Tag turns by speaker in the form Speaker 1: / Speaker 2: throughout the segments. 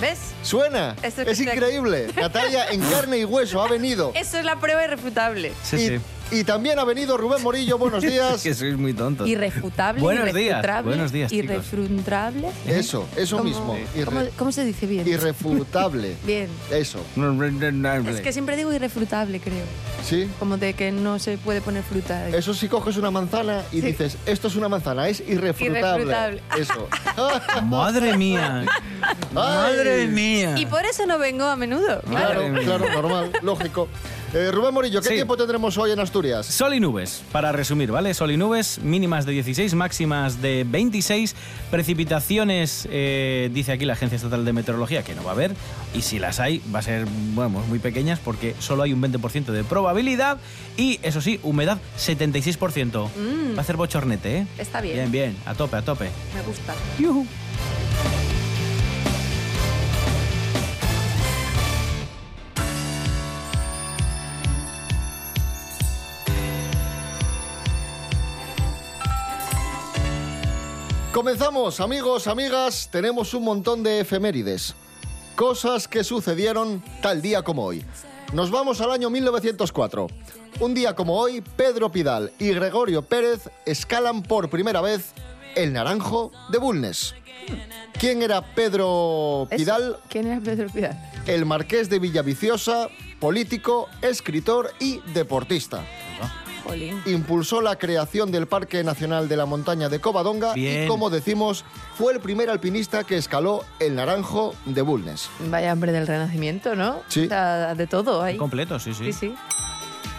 Speaker 1: ¿Ves?
Speaker 2: Suena. Es,
Speaker 1: Esto es que estoy aquí.
Speaker 2: increíble. Natalia en carne y hueso ha venido.
Speaker 1: Eso es la prueba irrefutable.
Speaker 3: Sí,
Speaker 2: y,
Speaker 3: sí.
Speaker 2: y también ha venido Rubén Morillo. Buenos días.
Speaker 3: que sois muy tontos.
Speaker 1: Irrefutable,
Speaker 3: Buenos días,
Speaker 1: irrefutable,
Speaker 3: buenos días, chicos.
Speaker 1: irrefutable.
Speaker 2: Eso, eso
Speaker 1: ¿Cómo-
Speaker 2: mismo. Irre-
Speaker 1: ¿Cómo, cómo se dice bien?
Speaker 2: irrefutable.
Speaker 1: Bien.
Speaker 2: Eso.
Speaker 1: Es que siempre digo irrefutable, creo.
Speaker 2: ¿Sí?
Speaker 1: Como de que no se puede poner fruta. ahí.
Speaker 2: Eso si coges una manzana y dices, esto es una manzana, es irrefutable.
Speaker 1: Irrefutable.
Speaker 2: Eso.
Speaker 3: Madre mía. Madre mía.
Speaker 1: Y por eso no vengo a menudo.
Speaker 2: claro,
Speaker 3: Madre mía.
Speaker 2: claro, normal, lógico. Eh, Rubén Morillo, ¿qué
Speaker 3: Sí.
Speaker 2: tiempo tendremos hoy en Asturias?
Speaker 3: Sol y nubes, para resumir, ¿vale? Sol y nubes, mínimas de 16, máximas de 26, precipitaciones, eh, dice aquí la Agencia Estatal de Meteorología, que no va a haber, y si las hay, va a ser, vamos, muy pequeñas porque solo hay un 20% de probabilidad y, eso sí, humedad 76%.
Speaker 1: Mm.
Speaker 3: Va a hacer bochornete, ¿eh?
Speaker 1: Está bien.
Speaker 3: Bien, bien, a tope, a tope.
Speaker 1: Me gusta.
Speaker 2: Comenzamos, amigos, amigas, tenemos un montón de efemérides. Cosas que sucedieron tal día como hoy. Nos vamos al año 1904. Un día como hoy, Pedro Pidal y Gregorio Pérez escalan por primera vez el naranjo de Bulnes. ¿Quién era Pedro
Speaker 1: Eso.
Speaker 2: Pidal?
Speaker 1: ¿Quién era Pedro Pidal?
Speaker 2: El marqués de Villaviciosa, político, escritor y deportista.
Speaker 1: Jolín.
Speaker 2: impulsó la creación del Parque Nacional de la Montaña de Covadonga y,
Speaker 3: Bien.
Speaker 2: como decimos, fue el primer alpinista que escaló el Naranjo de Bulnes.
Speaker 1: Vaya hombre del renacimiento, ¿no?
Speaker 2: Sí.
Speaker 1: O sea, de todo ahí.
Speaker 3: Completo, sí, sí.
Speaker 1: Sí, sí.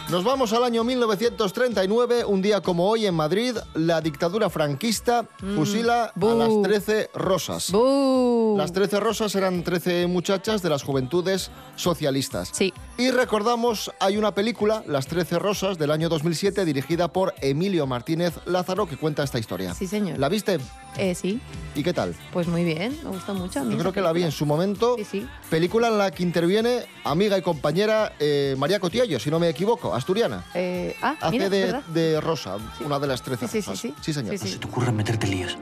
Speaker 2: Nos vamos al año 1939, un día como hoy en Madrid, la dictadura franquista fusila a
Speaker 1: buh.
Speaker 2: las 13 rosas.
Speaker 1: Mm. ¡Bú!
Speaker 2: Las 13 rosas eran 13 muchachas de las juventudes socialistas.
Speaker 1: Sí.
Speaker 2: Y recordamos, hay una película, Las 13 rosas, del año 2007, dirigida por Emilio Martínez Lázaro, que cuenta esta historia.
Speaker 1: Sí, señor.
Speaker 2: ¿La viste?
Speaker 1: Eh, sí.
Speaker 2: ¿Y qué tal?
Speaker 1: Pues muy bien, me gusta mucho. a mí
Speaker 2: Yo
Speaker 1: esa
Speaker 2: creo que la vi en su momento.
Speaker 1: Sí, sí.
Speaker 2: Película en la que interviene amiga y compañera eh, María Cotiello, si no me equivoco, asturiana.
Speaker 1: película. Eh, ah,
Speaker 2: Hace
Speaker 1: mira,
Speaker 2: de,
Speaker 1: ¿verdad?
Speaker 2: de Rosa, una de las trece.
Speaker 1: Sí, sí,
Speaker 2: rosas.
Speaker 1: sí, sí.
Speaker 2: señor.
Speaker 1: Sí, sí.
Speaker 4: te ocurra meterte líos.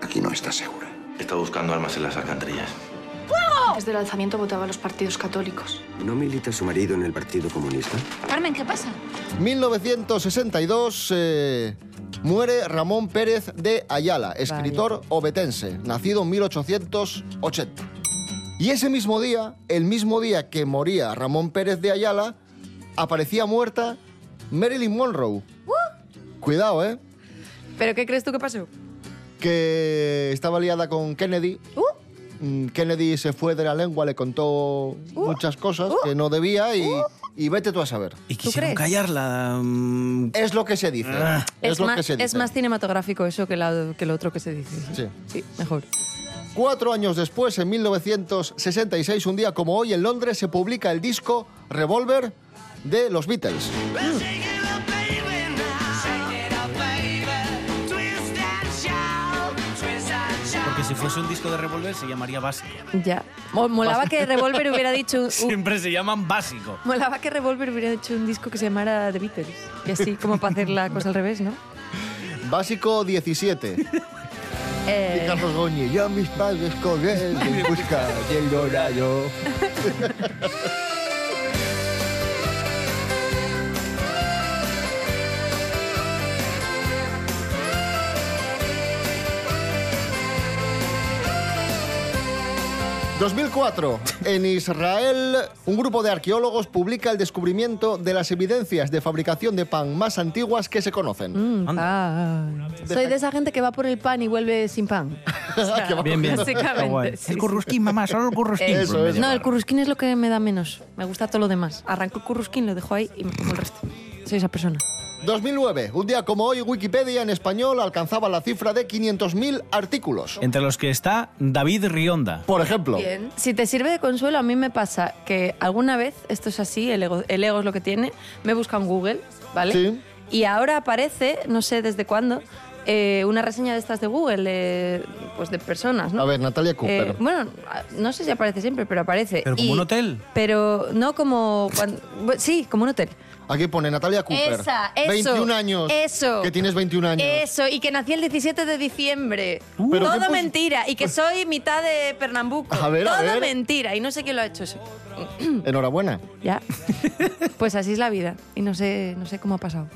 Speaker 5: Aquí no estás segura.
Speaker 4: Está buscando almas en las alcantarillas.
Speaker 6: Desde el alzamiento votaba a los partidos católicos.
Speaker 5: ¿No milita su marido en el Partido Comunista?
Speaker 6: Carmen, ¿qué pasa?
Speaker 2: 1962 eh, muere Ramón Pérez de Ayala, escritor obetense, nacido en 1880. Y ese mismo día, el mismo día que moría Ramón Pérez de Ayala, aparecía muerta Marilyn Monroe.
Speaker 1: ¡Uh!
Speaker 2: Cuidado, ¿eh?
Speaker 1: ¿Pero qué crees tú que pasó?
Speaker 2: que estaba liada con Kennedy.
Speaker 1: Uh.
Speaker 2: Mm, Kennedy se fue de la lengua, le contó
Speaker 1: Uh.
Speaker 2: muchas cosas que no debía y, y vete tú a saber.
Speaker 3: Y quisieron
Speaker 1: crees?
Speaker 3: callarla. mm, Ah.
Speaker 2: Es lo que se dice. Ah, Es, lo
Speaker 1: más,
Speaker 2: que se dice.
Speaker 1: es más cinematográfico eso que, la- que lo otro que se dice.
Speaker 2: Sí.
Speaker 1: Sí, mejor.
Speaker 2: Cuatro años después, en 1966, un día como hoy, en Londres se publica el disco Revolver de los Beatles.
Speaker 1: Mm.
Speaker 3: Porque si fuese un disco de revolver se llamaría básico.
Speaker 1: Ya. Mo- Molaba que Revolver hubiera dicho... un-
Speaker 3: Siempre se llaman básico.
Speaker 1: Molaba que Revolver hubiera hecho un disco que se llamara The Beatles. Y así, como para hacer la cosa al revés, ¿no?
Speaker 2: Básico 17. Y
Speaker 1: Eh,
Speaker 2: Carlos Goñi, yo a mis padres corriendo en busca del horario. 2004, en Israel, un grupo de arqueólogos publica el descubrimiento de las evidencias de fabricación de pan más antiguas que se conocen.
Speaker 1: Mm, pan. Soy de esa gente que va por el pan y vuelve sin pan.
Speaker 2: Que va
Speaker 3: Bien, bien.
Speaker 1: Básicamente,
Speaker 3: Está guay.
Speaker 1: sí,
Speaker 3: el currusquín, mamá, solo el currusquín.
Speaker 2: Eso
Speaker 3: Por
Speaker 2: es.
Speaker 3: media
Speaker 1: No, el
Speaker 3: palabra.
Speaker 1: currusquín es lo que me da menos. Me gusta todo lo demás. Arranco el currusquín, lo dejo ahí y me como el resto. Soy esa persona.
Speaker 2: 2009, un día como hoy, Wikipedia en español alcanzaba la cifra de 500.000 artículos.
Speaker 3: Entre los que está David Rionda.
Speaker 2: Por ejemplo,
Speaker 1: Si te sirve de consuelo, a mí me pasa que alguna vez, esto es así, el ego, el ego es lo que tiene, me busca en Google, ¿vale?
Speaker 2: Sí.
Speaker 1: Y ahora aparece, no sé desde cuándo, eh, una reseña de estas de Google, de, pues de personas, ¿no?
Speaker 2: a ver, Natalia Cooper.
Speaker 1: Eh, bueno, a- no sé si aparece siempre, pero aparece.
Speaker 3: ¿Pero como
Speaker 1: Y-
Speaker 3: un hotel?
Speaker 1: Pero no como... cuan- bu- sí, como un hotel.
Speaker 2: Aquí pone Natalia Cooper.
Speaker 1: Esa, eso.
Speaker 2: 21 años.
Speaker 1: Eso. Eh,
Speaker 2: Que tienes 21 años.
Speaker 1: Eso, y que nací el 17 de diciembre.
Speaker 2: Pero qué
Speaker 1: Todo
Speaker 2: pos- Pues
Speaker 1: mentira. Y que soy mitad de Pernambuco.
Speaker 2: A ver,
Speaker 1: Todo
Speaker 2: a ver.
Speaker 1: mentira. Y no sé quién lo ha hecho eso.
Speaker 2: Enhorabuena.
Speaker 1: Ya. pues así es la vida. Y no sé, no sé cómo ha pasado.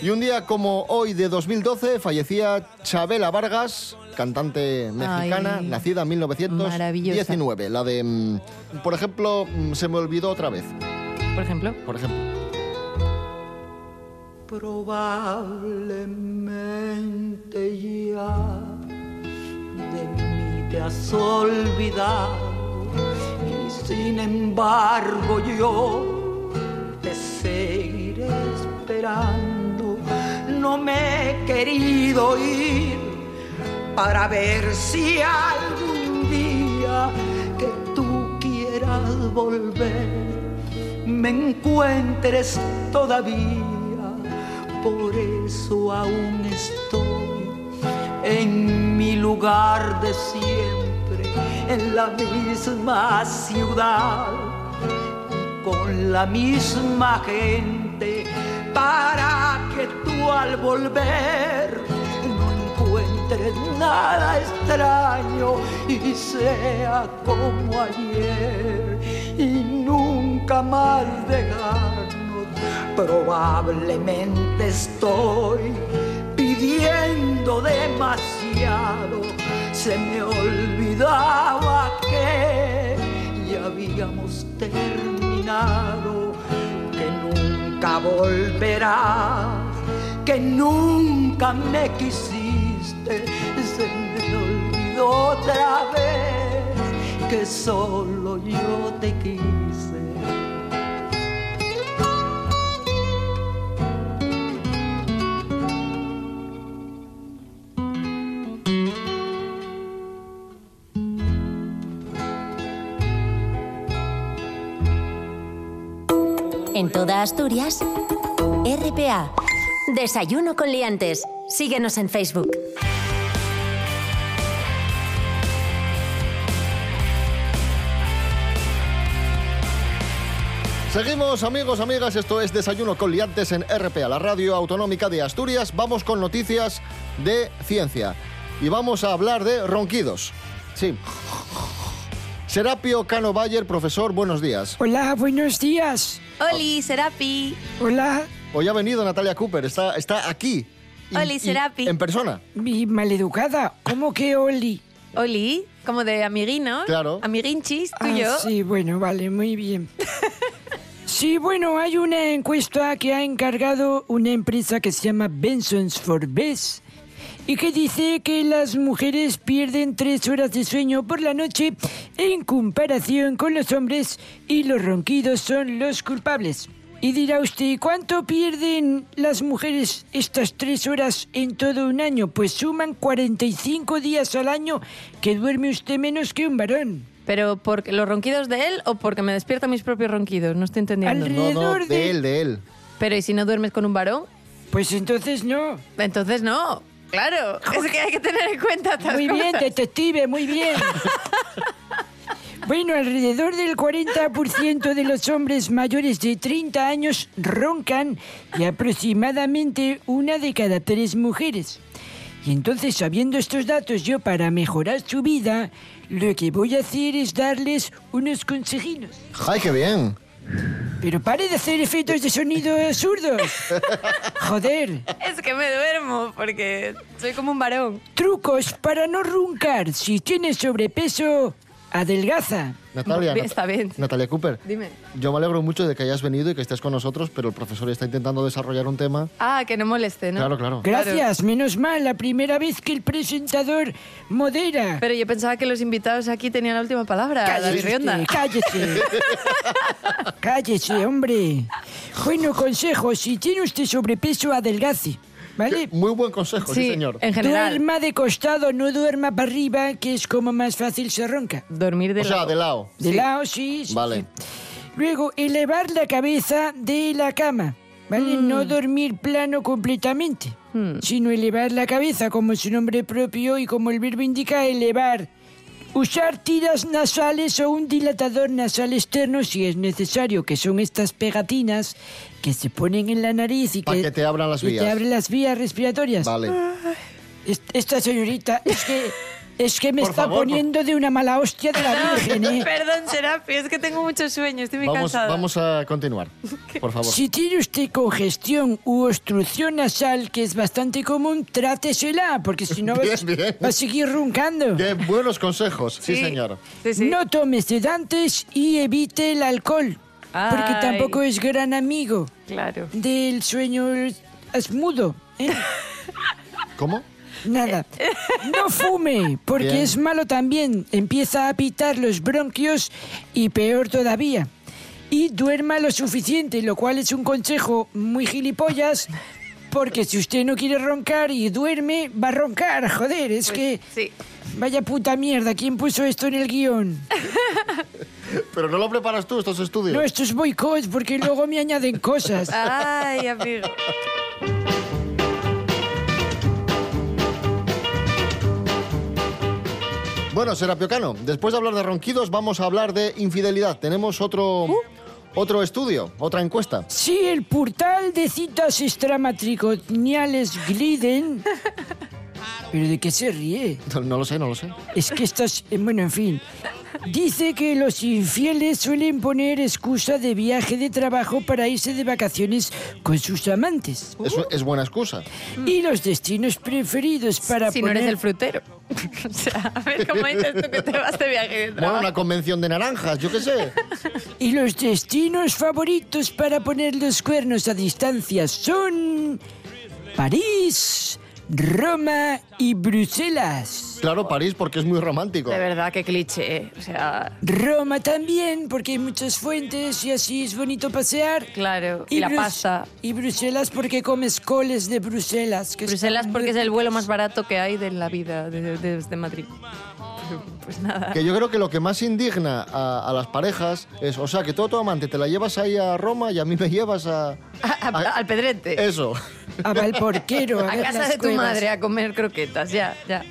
Speaker 2: Y un día como hoy de 2012 fallecía Chabela Vargas, cantante mexicana,
Speaker 1: Ay,
Speaker 2: nacida en 1919. La de, mm, por ejemplo, mm, se me olvidó otra vez.
Speaker 1: Por ejemplo.
Speaker 2: Por ejemplo.
Speaker 7: Probablemente ya de mí te has olvidado y sin embargo yo te seguiré esperando. No me he querido ir para ver si algún día que tú quieras volver me encuentres todavía. Por eso aún estoy en mi lugar de siempre, en la misma ciudad, y con la misma gente, para que tú al volver no encuentres nada extraño y sea como ayer y nunca más dejarnos. Probablemente estoy pidiendo demasiado, se me olvidaba que ya habíamos terminado, que nunca volverás, que nunca me quisiste, se me olvidó otra vez que solo yo te quise.
Speaker 8: En toda Asturias, RPA. Desayuno con liantes. Síguenos en Facebook.
Speaker 2: Seguimos, amigos, amigas. Esto es Desayuno con Liantes en RPA, la radio autonómica de Asturias. Vamos con noticias de ciencia. Y vamos a hablar de ronquidos. Sí. Serapio Cano Bayer, profesor, buenos días.
Speaker 9: Hola, buenos días.
Speaker 1: Oli, Serapi.
Speaker 9: Hola,
Speaker 2: Hoy ha venido Natalia Cooper, está, está aquí. Y-
Speaker 1: Oli,
Speaker 2: y-
Speaker 1: Serapi.
Speaker 2: En persona.
Speaker 9: mi maleducada. ¿Cómo que Oli?
Speaker 1: Oli, como de amiguino.
Speaker 2: Claro.
Speaker 1: Amiguinchis, tú
Speaker 9: Ah,
Speaker 1: y yo.
Speaker 9: Sí, bueno, vale, muy bien. Sí, bueno, hay una encuesta que ha encargado una empresa que se llama Benson's Forbes y que dice que las mujeres pierden tres horas de sueño por la noche en comparación con los hombres y los ronquidos son los culpables. Y dirá usted, ¿cuánto pierden las mujeres estas tres horas en todo un año? Pues suman 45 días al año que duerme usted menos que un varón.
Speaker 1: Pero por los ronquidos de él o porque me despierto mis propios ronquidos, no estoy entendiendo.
Speaker 9: Al-
Speaker 2: No, no,
Speaker 9: Alrededor
Speaker 2: de
Speaker 9: de-
Speaker 2: él, de él.
Speaker 1: Pero ¿y si no duermes con un varón?
Speaker 9: Pues entonces no.
Speaker 1: Entonces no. Claro, es que hay que tener en cuenta otras
Speaker 9: Muy bien,
Speaker 1: cosas.
Speaker 9: detective, muy bien. Bueno, alrededor del 40% de los hombres mayores de 30 años roncan y aproximadamente una de cada tres mujeres. Y entonces, sabiendo estos datos, yo para mejorar su vida, lo que voy a hacer es darles unos consejinos.
Speaker 2: Ay, qué bien.
Speaker 9: Pero pare de hacer efectos de sonido absurdos. Joder.
Speaker 1: Es que me duermo porque soy como un varón.
Speaker 9: Trucos para no roncar. Si tienes sobrepeso, Adelgaza.
Speaker 2: Natalia, Nat-
Speaker 1: Está bien.
Speaker 2: Natalia Cooper.
Speaker 1: Dime.
Speaker 2: Yo me alegro mucho de que hayas venido y que estés con nosotros, pero el profesor está intentando desarrollar un tema.
Speaker 1: Ah, que no moleste, ¿no?
Speaker 2: Claro, claro.
Speaker 9: Gracias, menos mal, la primera vez que el presentador modera.
Speaker 1: Pero yo pensaba que los invitados aquí tenían la última palabra, David Rionda.
Speaker 9: cállese. cállese, hombre. Bueno, consejo, si tiene usted sobrepeso, adelgace, ¿vale?
Speaker 2: Muy buen consejo, sí,
Speaker 1: Sí,
Speaker 2: señor.
Speaker 1: en general.
Speaker 9: Duerma de costado, no duerma para arriba, que es como más fácil se ronca.
Speaker 1: Dormir de
Speaker 2: O sea,
Speaker 1: lado.
Speaker 2: de lado.
Speaker 9: De lado, sí. sí,
Speaker 2: Vale.
Speaker 9: sí. Luego, elevar la cabeza de la cama, ¿vale? No dormir plano completamente, sino elevar la cabeza como su nombre propio y como el verbo indica, elevar. Usar tiras nasales o un dilatador nasal externo si es necesario, que son estas pegatinas que se ponen en la nariz y
Speaker 2: Pa'
Speaker 9: que,
Speaker 2: que te abran las
Speaker 9: y
Speaker 2: vías.
Speaker 9: Te abren las vías respiratorias.
Speaker 2: Vale.
Speaker 9: Es- Esta señorita es que, es que me
Speaker 2: Por
Speaker 9: está
Speaker 2: favor, por-
Speaker 9: poniendo de una mala hostia de la Virgen, ¿eh?
Speaker 1: Perdón, Serapi, es que tengo mucho sueño, estoy muy
Speaker 2: Vamos,
Speaker 1: cansada.
Speaker 2: vamos a continuar. Por favor.
Speaker 9: Si tiene usted congestión u obstrucción nasal, que es bastante común, trátesela, porque si no va,
Speaker 2: Bien, bien.
Speaker 9: va a seguir roncando.
Speaker 2: Qué buenos consejos. Sí, señor.
Speaker 1: Sí, sí.
Speaker 9: No tome sedantes y evite el alcohol, porque
Speaker 1: Ay.
Speaker 9: tampoco es gran amigo
Speaker 1: Claro.
Speaker 9: del sueño asmudo. ¿eh?
Speaker 2: ¿Cómo?
Speaker 9: Nada. No fume, porque
Speaker 2: Bien.
Speaker 9: es malo también. Empieza a pitar los bronquios y peor todavía. Y duerma lo suficiente, lo cual es un consejo muy gilipollas, porque si usted no quiere roncar y duerme, va a roncar. Joder, es que...
Speaker 1: Pues Sí.
Speaker 9: Vaya puta mierda, ¿quién puso esto en el guión?
Speaker 2: Pero no lo preparas tú, estos estudios.
Speaker 9: No, esto es boicot, porque luego me añaden cosas.
Speaker 1: Ay, amigo.
Speaker 2: Bueno, Serapio Cano, después de hablar de ronquidos, vamos a hablar de infidelidad. Tenemos otro,
Speaker 1: Uh.
Speaker 2: otro estudio, otra encuesta.
Speaker 9: Si el portal de citas extramatriconiales Gliden... ¿Pero de qué se ríe?
Speaker 2: No, no lo sé, no lo sé.
Speaker 9: Es que estás... eh, Bueno, en fin. Dice que los infieles suelen poner excusa de viaje de trabajo para irse de vacaciones con sus amantes.
Speaker 2: Es,
Speaker 1: Uh.
Speaker 2: es buena excusa.
Speaker 9: Y los destinos preferidos para
Speaker 1: Mm. Si no
Speaker 9: poner...
Speaker 1: eres el frutero. o sea, a ver cómo dices tú que te vas de viaje de
Speaker 2: Bueno,
Speaker 1: trabajo.
Speaker 2: una convención de naranjas, yo qué sé.
Speaker 9: Y los destinos favoritos para poner los cuernos a distancia son... París, Roma y Bruselas.
Speaker 2: Claro, París, porque es muy romántico.
Speaker 1: De verdad, qué cliché. ¿eh? O sea,
Speaker 9: Roma también, porque hay muchas fuentes y así es bonito pasear.
Speaker 1: claro. Y, la
Speaker 9: Brus-
Speaker 1: pasta.
Speaker 9: Y Bruselas porque comes coles de Bruselas. que
Speaker 1: Bruselas
Speaker 9: están
Speaker 1: porque
Speaker 9: muy
Speaker 1: es el
Speaker 9: ricas.
Speaker 1: vuelo más barato que hay de la vida de- de- desde Madrid. Pero, Pues nada.
Speaker 2: Que yo creo que lo que más indigna a, a las parejas es, o sea, que todo tu amante te la llevas ahí a Roma y a mí me llevas a...
Speaker 1: A- a- al pedrete.
Speaker 2: Ah, Eso.
Speaker 9: A Valporquero. eh, A,
Speaker 1: A
Speaker 9: ver
Speaker 1: casa
Speaker 9: las
Speaker 1: de tu
Speaker 9: cuevas.
Speaker 1: madre a comer croquetas, ya, ya.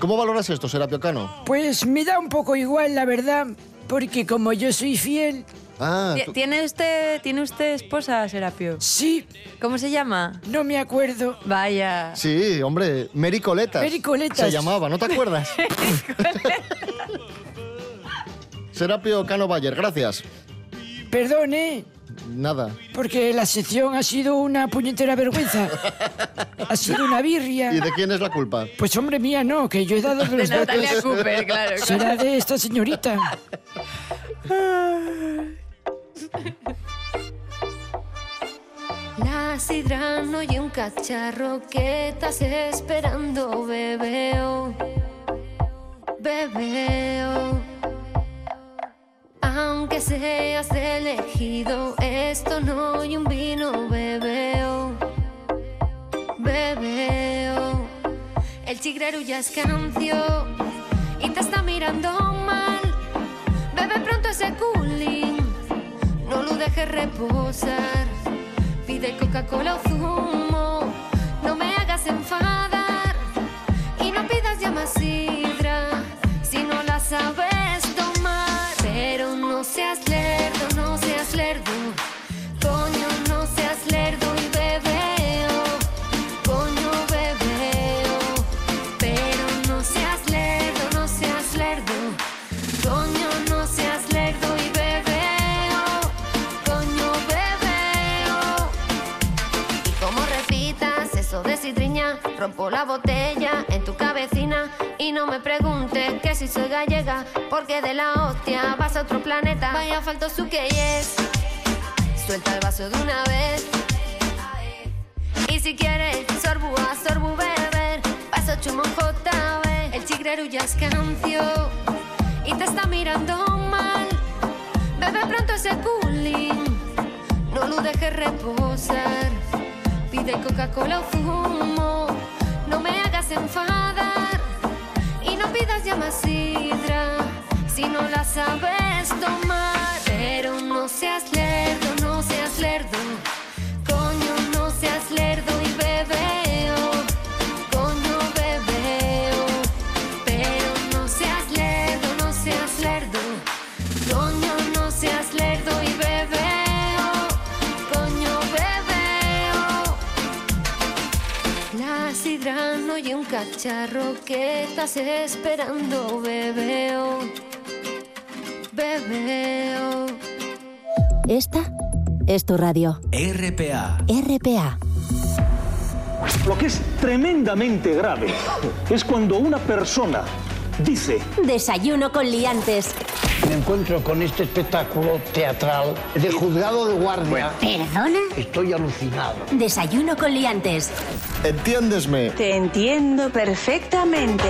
Speaker 2: ¿Cómo valoras esto, Serapio Cano?
Speaker 9: Pues me da un poco igual, la verdad, porque como yo soy fiel,
Speaker 2: Ah,
Speaker 1: Ti-
Speaker 2: tú-
Speaker 1: ¿Tiene usted, ¿Tiene usted esposa, Serapio?
Speaker 9: sí,
Speaker 1: ¿Cómo se llama?
Speaker 9: no me acuerdo.
Speaker 1: Vaya.
Speaker 2: sí, hombre, Mary Coletas.
Speaker 9: Mary Coletas.
Speaker 2: Se llamaba, ¿no te acuerdas? Serapio Cano Bayer, gracias.
Speaker 9: Perdón, ¿eh?
Speaker 2: Nada.
Speaker 9: Porque la sección ha sido una puñetera vergüenza. ha sido una birria.
Speaker 2: ¿Y de quién es la culpa?
Speaker 9: Pues hombre mía, no, que yo he dado
Speaker 1: De
Speaker 9: los datos.
Speaker 1: Natalia Cooper, claro. claro.
Speaker 9: Será de esta señorita.
Speaker 10: La sidrano y un cacharro que estás esperando, bebeo, bebeo. Aunque seas elegido, esto no y un vino, bebeo, bebeo. El chigrero ya es cancio y te está mirando mal. Bebe pronto ese cooling, no lo dejes reposar. Pide Coca-Cola o zumo, no me hagas enfadar. Y no pidas ya más sidra, si no la sabes tomar. Pero no seas lerdo, no seas lerdo. Coño, no seas lerdo y bebeo. Coño, bebeo. Pero no seas lerdo, no seas lerdo. Coño, no seas lerdo y bebeo. Coño, bebeo. Y como repita botella, rompo la botella en tu cabecina y no me preguntes que si soy gallega, porque de la hostia vas a otro planeta. Vaya falto su que es, suelta el vaso de una vez. Y si quieres, sorbu a sorbu beber, paso chumo JB. El chigrero ya es cancio y te está mirando mal. Bebe pronto ese cooling, no lo dejes reposar. Pide Coca-Cola o fumo, no me hagas enfadar. Y no pidas ya más sidra, si no la sabes tomar. Pero no seas lerdo, no seas lerdo. Coño, no seas lerdo y bebeo. Coño, bebeo. Pero no seas lerdo, no seas lerdo. Coño, no seas lerdo y bebeo. Coño, bebeo. La sidra no y un cacharro que estás esperando, bebeo. Bebeo.
Speaker 8: Esta es tu radio.
Speaker 3: RPA.
Speaker 8: RPA.
Speaker 11: Lo que es tremendamente grave es cuando una persona dice...
Speaker 8: Desayuno con liantes.
Speaker 12: Me encuentro con este espectáculo teatral de juzgado de guardia.
Speaker 8: ¿Perdona?
Speaker 12: Estoy alucinado.
Speaker 8: Desayuno con liantes.
Speaker 2: Entiéndesme.
Speaker 13: Te entiendo perfectamente.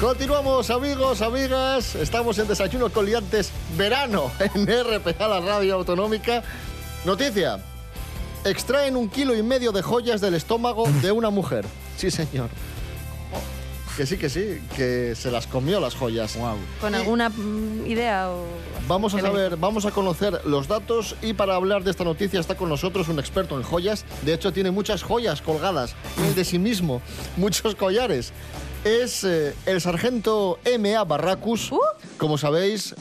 Speaker 2: Continuamos, amigos, amigas. Estamos en Desayuno con Liantes Verano en RPA, la radio autonómica. Noticia. Extraen un kilo y medio de joyas del estómago de una mujer. Sí, señor. Que sí, que sí, que se las comió las joyas.
Speaker 1: ¿Con alguna mm, idea o...?
Speaker 2: Vamos a saber, vamos a conocer los datos y para hablar de esta noticia está con nosotros un experto en joyas. De hecho, tiene muchas joyas colgadas él de sí mismo, muchos collares. Es eh, el sargento M.A. Barracus, como sabéis,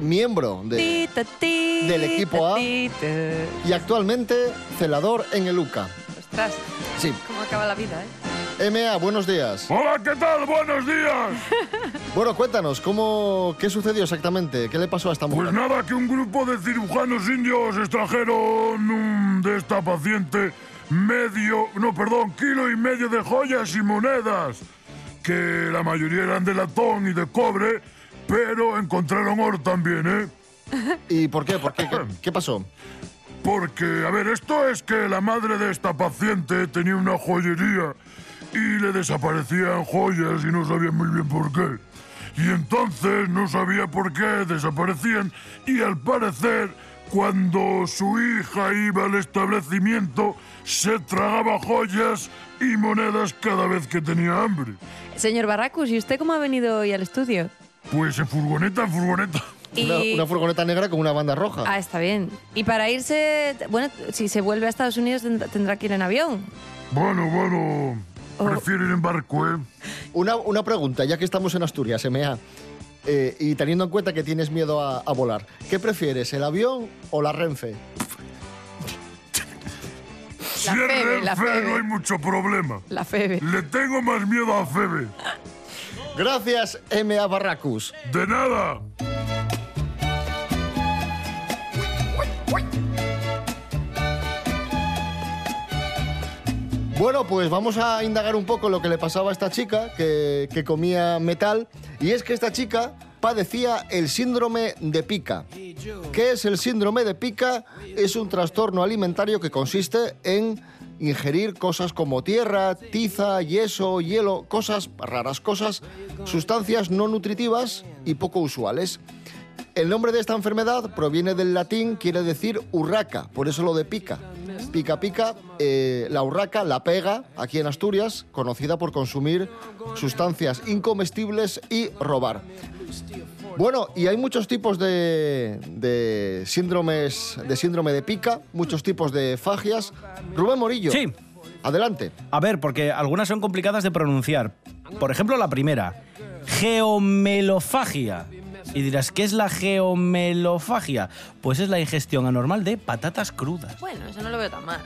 Speaker 2: miembro de-
Speaker 1: Uh. Ti, ta, ti,
Speaker 2: del equipo
Speaker 1: ta,
Speaker 2: A
Speaker 1: ti, ta.
Speaker 2: y actualmente celador en el UCA.
Speaker 1: Ostras,
Speaker 2: Sí.
Speaker 1: cómo acaba la vida, ¿eh?
Speaker 2: M.A., buenos días.
Speaker 14: Hola, ¿qué tal? Buenos días.
Speaker 2: Bueno, cuéntanos, ¿cómo, ¿qué sucedió exactamente? ¿Qué le pasó a esta mujer?
Speaker 14: Pues nada, que un grupo de cirujanos indios extrajeron mm, de esta paciente medio, no, perdón, kilo y medio de joyas y monedas, que la mayoría eran de latón y de cobre, pero encontraron oro también, ¿eh?
Speaker 2: ¿Y por qué? ¿Por qué? ¿Qué, qué pasó?
Speaker 14: Porque, a ver, esto es que la madre de esta paciente tenía una joyería y le desaparecían joyas y no sabía muy bien por qué. Y entonces no sabía por qué desaparecían y al parecer cuando su hija iba al establecimiento se tragaba joyas y monedas cada vez que tenía hambre.
Speaker 1: Señor Barracus, ¿y usted cómo ha venido hoy al estudio?
Speaker 14: Pues en furgoneta, en furgoneta.
Speaker 1: Y-
Speaker 2: Una, una furgoneta negra con una banda roja.
Speaker 1: Ah, está bien. Y para irse, bueno, si se vuelve a Estados Unidos tend- tendrá que ir en avión.
Speaker 14: Bueno, bueno, prefiero ir en barco, ¿eh?
Speaker 2: Una, una pregunta, ya que estamos en Asturias, MA, eh, y teniendo en cuenta que tienes miedo a, a volar, ¿qué prefieres, el avión o la Renfe?
Speaker 14: Si es
Speaker 1: Febe, la
Speaker 14: Renfe,
Speaker 1: Febe.
Speaker 14: no hay mucho problema.
Speaker 1: La Febe.
Speaker 14: Le tengo más miedo a Febe.
Speaker 2: Gracias, MA Barracus.
Speaker 14: De nada.
Speaker 2: Bueno, pues vamos a indagar un poco lo que le pasaba a esta chica que, que comía metal. Y es que esta chica padecía el síndrome de pica. ¿Qué es el síndrome de pica? Es un trastorno alimentario que consiste en ingerir cosas como tierra, tiza, yeso, hielo, cosas raras, cosas, sustancias no nutritivas y poco usuales. El nombre de esta enfermedad proviene del latín, quiere decir urraca, por eso lo de pica. Pica pica, eh, la urraca la pega aquí en Asturias, conocida por consumir sustancias incomestibles y robar. Bueno, y hay muchos tipos de, de síndromes, de síndrome de pica, muchos tipos de fagias. Rubén Morillo.
Speaker 3: Sí.
Speaker 2: Adelante.
Speaker 3: A ver, porque algunas son complicadas de pronunciar. Por ejemplo, la primera, geomelofagia. Y dirás, ¿qué es la geomelofagia? Pues es la ingestión anormal de patatas crudas.
Speaker 1: Bueno, eso no lo veo tan mal.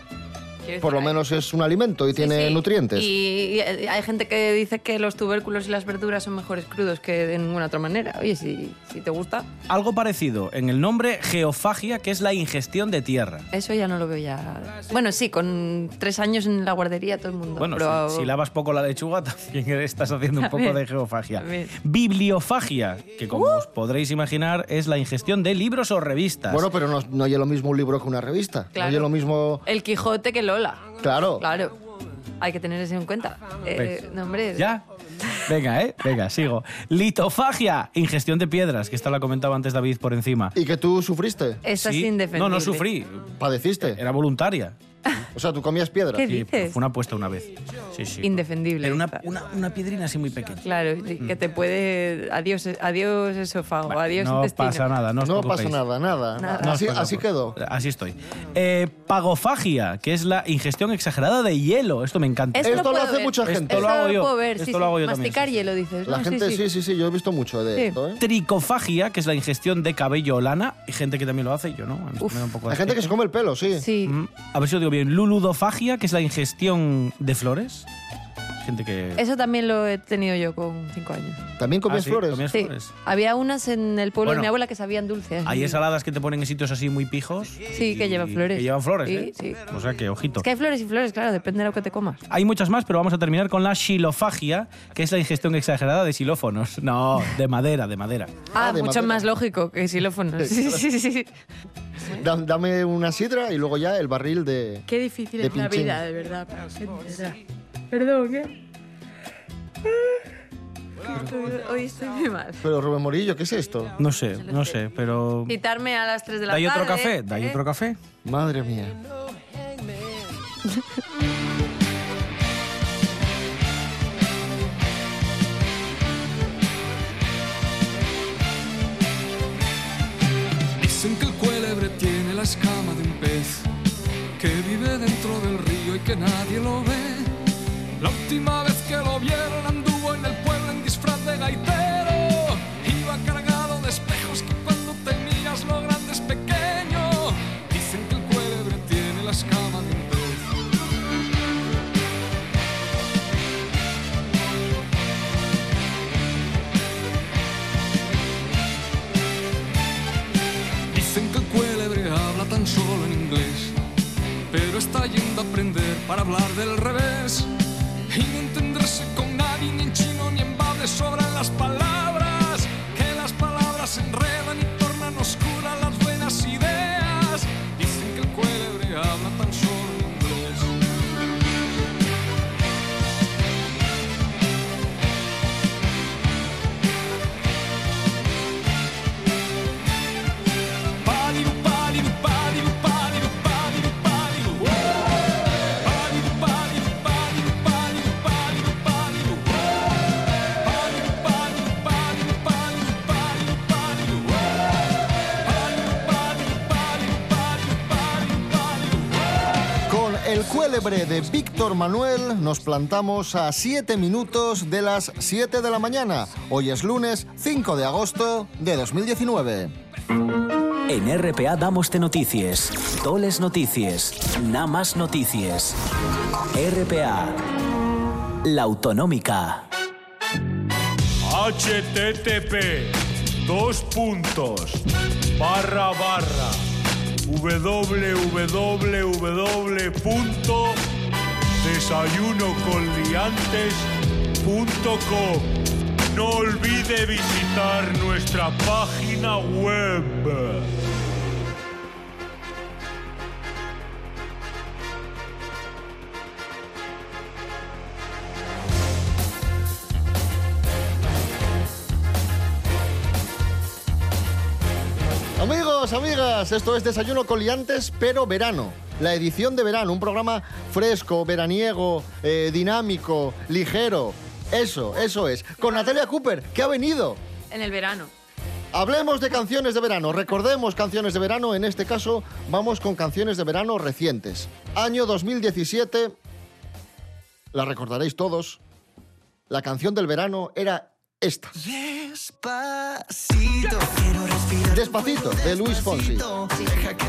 Speaker 1: Quiero
Speaker 2: Por lo
Speaker 1: decir,
Speaker 2: menos es un alimento y tiene
Speaker 1: sí,
Speaker 2: nutrientes.
Speaker 1: Y, y hay gente que dice que los tubérculos y las verduras son mejores crudos que de ninguna otra manera. Oye, si, si te gusta,
Speaker 3: Algo parecido en el nombre geofagia, que es la ingestión de tierra.
Speaker 1: eso ya no lo veo ya. Bueno, sí, con tres años en la guardería todo el mundo.
Speaker 3: Bueno,
Speaker 1: pero-
Speaker 3: si, si lavas poco la lechuga, también estás haciendo un poco
Speaker 1: También,
Speaker 3: de geofagia.
Speaker 1: también. Uh.
Speaker 3: Bibliofagia, que como os podréis imaginar, es la ingestión de libros o revistas.
Speaker 2: Bueno, pero no, no oye lo mismo un libro que una revista.
Speaker 1: Claro.
Speaker 2: No oye lo mismo...
Speaker 1: El Quijote que Lola.
Speaker 2: Claro.
Speaker 1: Claro. Hay que tener eso en cuenta. Eh,
Speaker 3: ¿Ves?
Speaker 1: no, hombre.
Speaker 3: Pues, ¿Ya? Venga, ¿eh? Venga, sigo. Litofagia, ingestión de piedras, que esta la comentaba antes David por encima.
Speaker 2: ¿Y que tú sufriste?
Speaker 1: Esa
Speaker 3: Sí.
Speaker 1: es indefendible.
Speaker 3: No, no sufrí.
Speaker 2: ¿Padeciste?
Speaker 3: Era voluntaria.
Speaker 2: O sea, tú comías piedra.
Speaker 1: ¿Qué
Speaker 3: Sí,
Speaker 1: dices?
Speaker 3: pero fue una apuesta una vez. Sí, sí.
Speaker 1: Indefendible.
Speaker 3: Era una, una- una piedrina así muy pequeña.
Speaker 1: Claro, que te puede. Adiós, adiós esófago, adiós
Speaker 3: no
Speaker 1: intestino.
Speaker 3: pasa nada, no os
Speaker 2: No
Speaker 3: preocupéis.
Speaker 2: pasa nada, nada.
Speaker 1: Nada.
Speaker 3: No os
Speaker 2: Así, así quedó.
Speaker 3: preocupéis. Así estoy. Eh, pagofagia, que es la ingestión exagerada de hielo. Esto me encanta.
Speaker 1: Eso
Speaker 2: Esto lo
Speaker 1: puedo
Speaker 2: hace
Speaker 1: ver.
Speaker 2: mucha gente.
Speaker 3: Esto lo hago yo.
Speaker 1: puedo ver, sí,
Speaker 3: Esto lo
Speaker 1: sí.
Speaker 3: hago yo también,
Speaker 1: Masticar
Speaker 3: sí, sí.
Speaker 1: hielo, dices. Ah,
Speaker 2: La
Speaker 1: ¿no?
Speaker 2: gente, sí sí. sí, yo he visto mucho de
Speaker 1: Sí.
Speaker 2: esto. ¿eh?
Speaker 3: Tricofagia, que es la ingestión de cabello o lana. Hay gente que también lo hace, yo no. A mí
Speaker 1: Uf.
Speaker 3: me da un poco de
Speaker 2: Hay gente que se
Speaker 3: asquete.
Speaker 2: come el pelo, sí.
Speaker 1: Sí.
Speaker 3: Mm, A ver si lo digo bien. Luludofagia, que es la ingestión de flores. Gente que...
Speaker 1: Eso también lo he tenido yo con cinco años.
Speaker 2: También
Speaker 3: Ah,
Speaker 2: comías
Speaker 3: sí,
Speaker 2: flores.
Speaker 3: comías
Speaker 1: Sí.
Speaker 3: flores.
Speaker 1: Había unas en el pueblo
Speaker 3: Bueno,
Speaker 1: de mi abuela que sabían dulces.
Speaker 3: Hay ensaladas que te ponen en sitios así muy pijos.
Speaker 1: Sí, que llevan flores.
Speaker 3: Que llevan flores,
Speaker 1: Sí,
Speaker 3: ¿eh?
Speaker 1: sí.
Speaker 3: O sea que, ojito.
Speaker 1: Es que hay flores y flores, claro, depende de lo que te comas.
Speaker 3: Hay muchas más, pero vamos a terminar con la xilofagia, que es la ingestión exagerada de xilófonos. No, de madera, de madera.
Speaker 1: Ah,
Speaker 2: Ah, de
Speaker 1: mucho
Speaker 2: madera.
Speaker 1: más lógico que xilófonos.
Speaker 2: Sí,
Speaker 1: Sí, sí, sí, sí.
Speaker 2: Da- dame una sidra y luego ya el barril de...
Speaker 15: Qué difícil
Speaker 2: De
Speaker 15: es la
Speaker 2: pinchín.
Speaker 15: vida, de verdad, para gente, de verdad. Perdón, ¿eh?
Speaker 1: Hoy Ah, estoy muy mal.
Speaker 2: Pero Rubén Morillo, ¿qué es esto?
Speaker 3: No sé, no sé, pero...
Speaker 1: Quitarme a las 3 de la
Speaker 3: ¿Dai
Speaker 1: tarde.
Speaker 3: otro café? ¿Dai
Speaker 1: ¿eh?
Speaker 3: otro café?
Speaker 2: Madre mía.
Speaker 16: Dicen que el cuélebre tiene la escama de un pez que vive dentro del río y que nadie lo ve. La última vez que lo vieron anduvo en el pueblo en disfraz de gaitero. Iba cargado de espejos que cuando te miras lo grande es pequeño. Dicen que el cuélebre tiene la escama de un pez. Dicen que el cuélebre habla tan solo en inglés, pero está yendo a aprender para hablar del revés. Y no entenderse con nadie, ni en chino ni en bade sobran las palabras. Que las palabras se enredan y tornan oscuras las buenas ideas. Dicen que el cuélebre habla tan solo en inglés. Pálido, pálido, pálido, pálido, pálido, pálido. Pálido, pálido, pálido, pálido, pálido, pálido. Pálido, pálido, pálido, pálido, pálido, pálido. Pálido, pálido, pálido, pálido, pálido, pálido.
Speaker 2: Con el cuélebre de Víctor Manuel nos plantamos a 7 minutos de las 7 de la mañana. Hoy es lunes 5 de agosto de 2019.
Speaker 17: En RPA damos de noticias, toles noticias, nada más noticias. RPA, la autonómica.
Speaker 18: HTTP, dos puntos, barra barra, www.desayunoconliantes.com. No olvide visitar nuestra página web.
Speaker 2: Amigos, amigas, esto es Desayuno con Liantes, pero verano. La edición de verano, un programa fresco, veraniego, eh, dinámico, ligero. Eso, eso es. Con Natalia Cooper, que ha venido.
Speaker 1: En el verano.
Speaker 2: Hablemos de canciones de verano, recordemos canciones de verano, en este caso vamos con canciones de verano recientes. Año 2017, la recordaréis todos, la canción del verano era esta.
Speaker 19: Despacito. Quiero respirar.
Speaker 2: Despacito, de Luis Fonsi.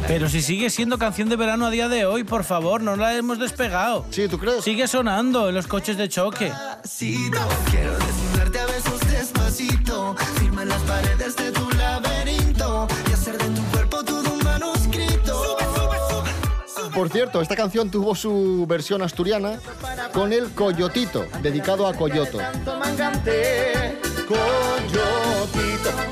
Speaker 3: Pero si sigue siendo canción de verano a día de hoy, por favor, no la hemos despegado.
Speaker 2: Sí, ¿tú crees?
Speaker 3: Sigue sonando en los coches de choque.
Speaker 19: Despacito. Quiero desnudarte a besos despacito. Firma en las paredes de tu laberinto. Y hacer de tu cuerpo todo un manuscrito.
Speaker 2: Por cierto, esta canción tuvo su versión asturiana con el Coyotito, dedicado a Coyoto.
Speaker 19: mangante, coyotito.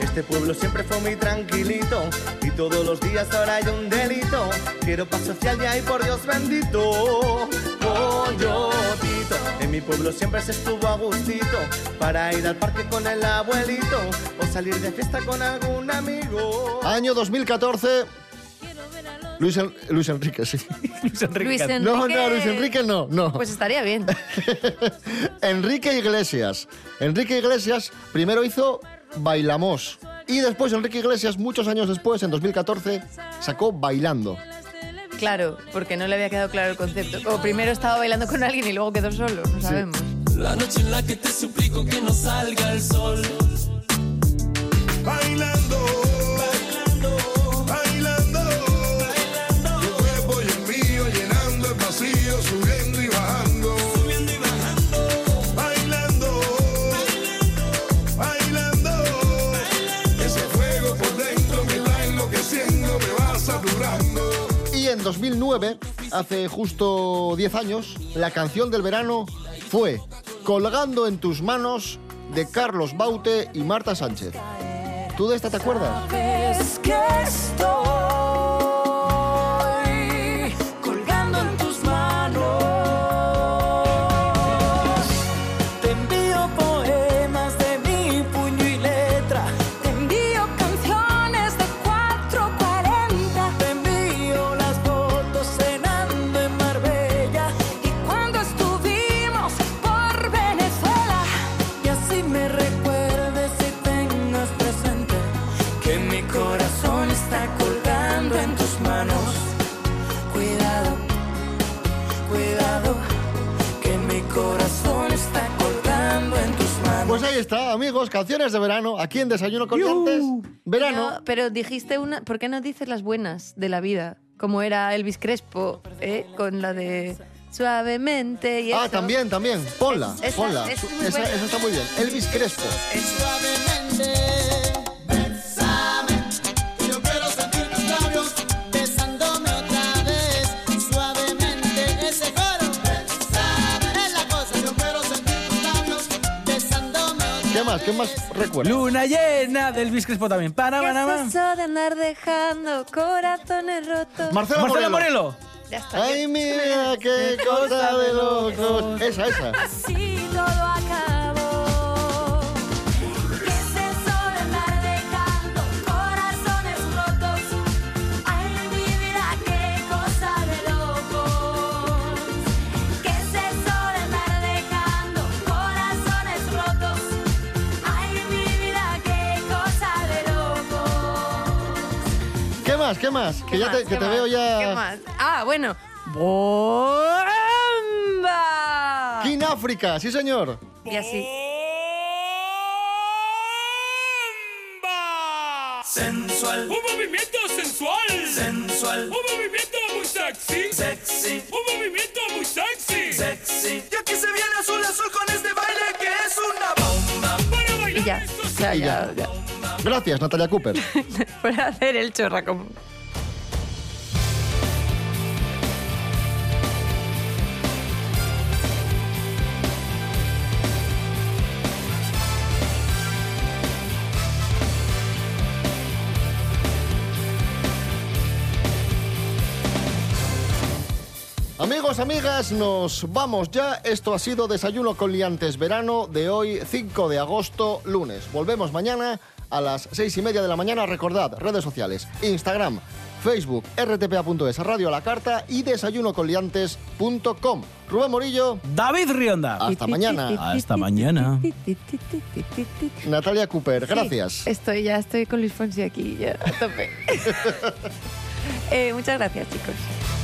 Speaker 19: Este pueblo siempre fue muy tranquilito y todos los días ahora hay un delito. Quiero paz social y ay por Dios bendito, coyotito. En mi pueblo siempre se estuvo a gustito para ir al parque con el abuelito o salir de fiesta con algún amigo.
Speaker 2: Año 2014. Luis, En- Luis Enrique, sí.
Speaker 3: Luis Enrique.
Speaker 1: Luis Enrique.
Speaker 2: No, no, Luis Enrique no, no.
Speaker 1: Pues estaría bien.
Speaker 2: Enrique Iglesias. Enrique Iglesias primero hizo Bailamos. Y después Enrique Iglesias, muchos años después, en 2014, sacó Bailando.
Speaker 1: Claro, porque no le había quedado claro el concepto. O primero estaba bailando con alguien y luego quedó solo, no sabemos.
Speaker 19: La noche en la que te suplico que no salga el sol. Bailando, bailando, bailando, bailando. Tu cuerpo y el mío llenando el vacío, subiendo y bajando. Subiendo y bajando. Bailando, bailando, bailando. Ese fuego por dentro me va enloqueciendo, me va saturando.
Speaker 2: Y en 2009, hace justo 10 años, la canción del verano fue Colgando en tus manos de Carlos Baute y Marta Sánchez. ¿Tú de esta te acuerdas?
Speaker 7: Sabes que estoy colgando en tus manos.
Speaker 19: Te envío poemas de mi puño y letra.
Speaker 7: Te envío canciones de 440. Te envío las fotos cenando en Marbella. Y cuando estuvimos por Venezuela.
Speaker 19: Y así me recuerdes y tengas presente que mi corazón está colgando en tus manos. Cuidado, cuidado, que mi corazón está colgando en tus manos.
Speaker 2: Pues ahí está, amigos, canciones de verano, aquí en Desayuno con Liantes. Verano.
Speaker 1: Pero, pero dijiste una. ¿Por qué no dices las buenas de la vida? Como era Elvis Crespo, ¿eh? con la de suavemente y
Speaker 2: Ah,
Speaker 1: eso.
Speaker 2: también, también. Ponla,
Speaker 1: Es- esa-
Speaker 2: ponla.
Speaker 1: es muy
Speaker 2: Esa,
Speaker 1: buena.
Speaker 2: esa está muy bien. Elvis Crespo.
Speaker 19: Suavemente, besame. Yo quiero sentir tus labios besándome otra vez. Suavemente, ese coro. Besame. Es la cosa. Yo quiero sentir tus labios besándome otra
Speaker 2: ¿Qué más? ¿Qué más recuerdas?
Speaker 3: Luna llena del Luis Crespo también. Para,
Speaker 1: ¿Qué
Speaker 3: para, para.
Speaker 1: es eso de andar dejando corazones rotos?
Speaker 2: Marcela,
Speaker 3: Marcela
Speaker 2: Morelo.
Speaker 3: Morelo.
Speaker 1: Ya está.
Speaker 2: Ay, mira qué cosa de locos. Esa, esa.
Speaker 7: Así todo acabó. ¿Qué es eso de andar dejando corazones rotos? Ay, mi vida, qué cosa de locos. ¿Qué es eso de andar dejando corazones rotos? Ay, mi vida, qué cosa de locos.
Speaker 2: ¿Qué más? ¿Qué más? Que
Speaker 1: ¿Qué
Speaker 2: ya te,
Speaker 1: más?
Speaker 2: que
Speaker 1: ¿Qué
Speaker 2: te
Speaker 1: más?
Speaker 2: veo
Speaker 1: ¿Qué
Speaker 2: ya.
Speaker 1: más? Ah, bueno. ¡Bomba!
Speaker 2: King África, sí señor.
Speaker 1: Y así.
Speaker 19: Sensual,
Speaker 18: Un movimiento sensual.
Speaker 19: sensual,
Speaker 18: Un movimiento muy sexy.
Speaker 19: sexy,
Speaker 18: Un movimiento muy sexy.
Speaker 19: sexy. Y aquí se viene azul azul con este baile que es una bomba.
Speaker 18: Para bailar.
Speaker 1: Y ya. O sea,
Speaker 2: Y
Speaker 1: ya, ya.
Speaker 2: Gracias, Natalia Cooper.
Speaker 1: Para hacer el chorra como.
Speaker 2: Amigos, amigas, nos vamos ya. Esto ha sido Desayuno con Liantes Verano de hoy, 5 de agosto, lunes. Volvemos mañana a las 6 y media de la mañana. Recordad, redes sociales, Instagram, Facebook, rtpa.es, Radio a la Carta y desayunoconliantes.com. Rubén Morillo,
Speaker 3: David Rionda.
Speaker 2: hasta mañana.
Speaker 3: Hasta mañana.
Speaker 2: Natalia Cooper, gracias.
Speaker 1: Sí, estoy, ya estoy con Luis Fonsi aquí, ya a tope. Eh, muchas gracias, chicos.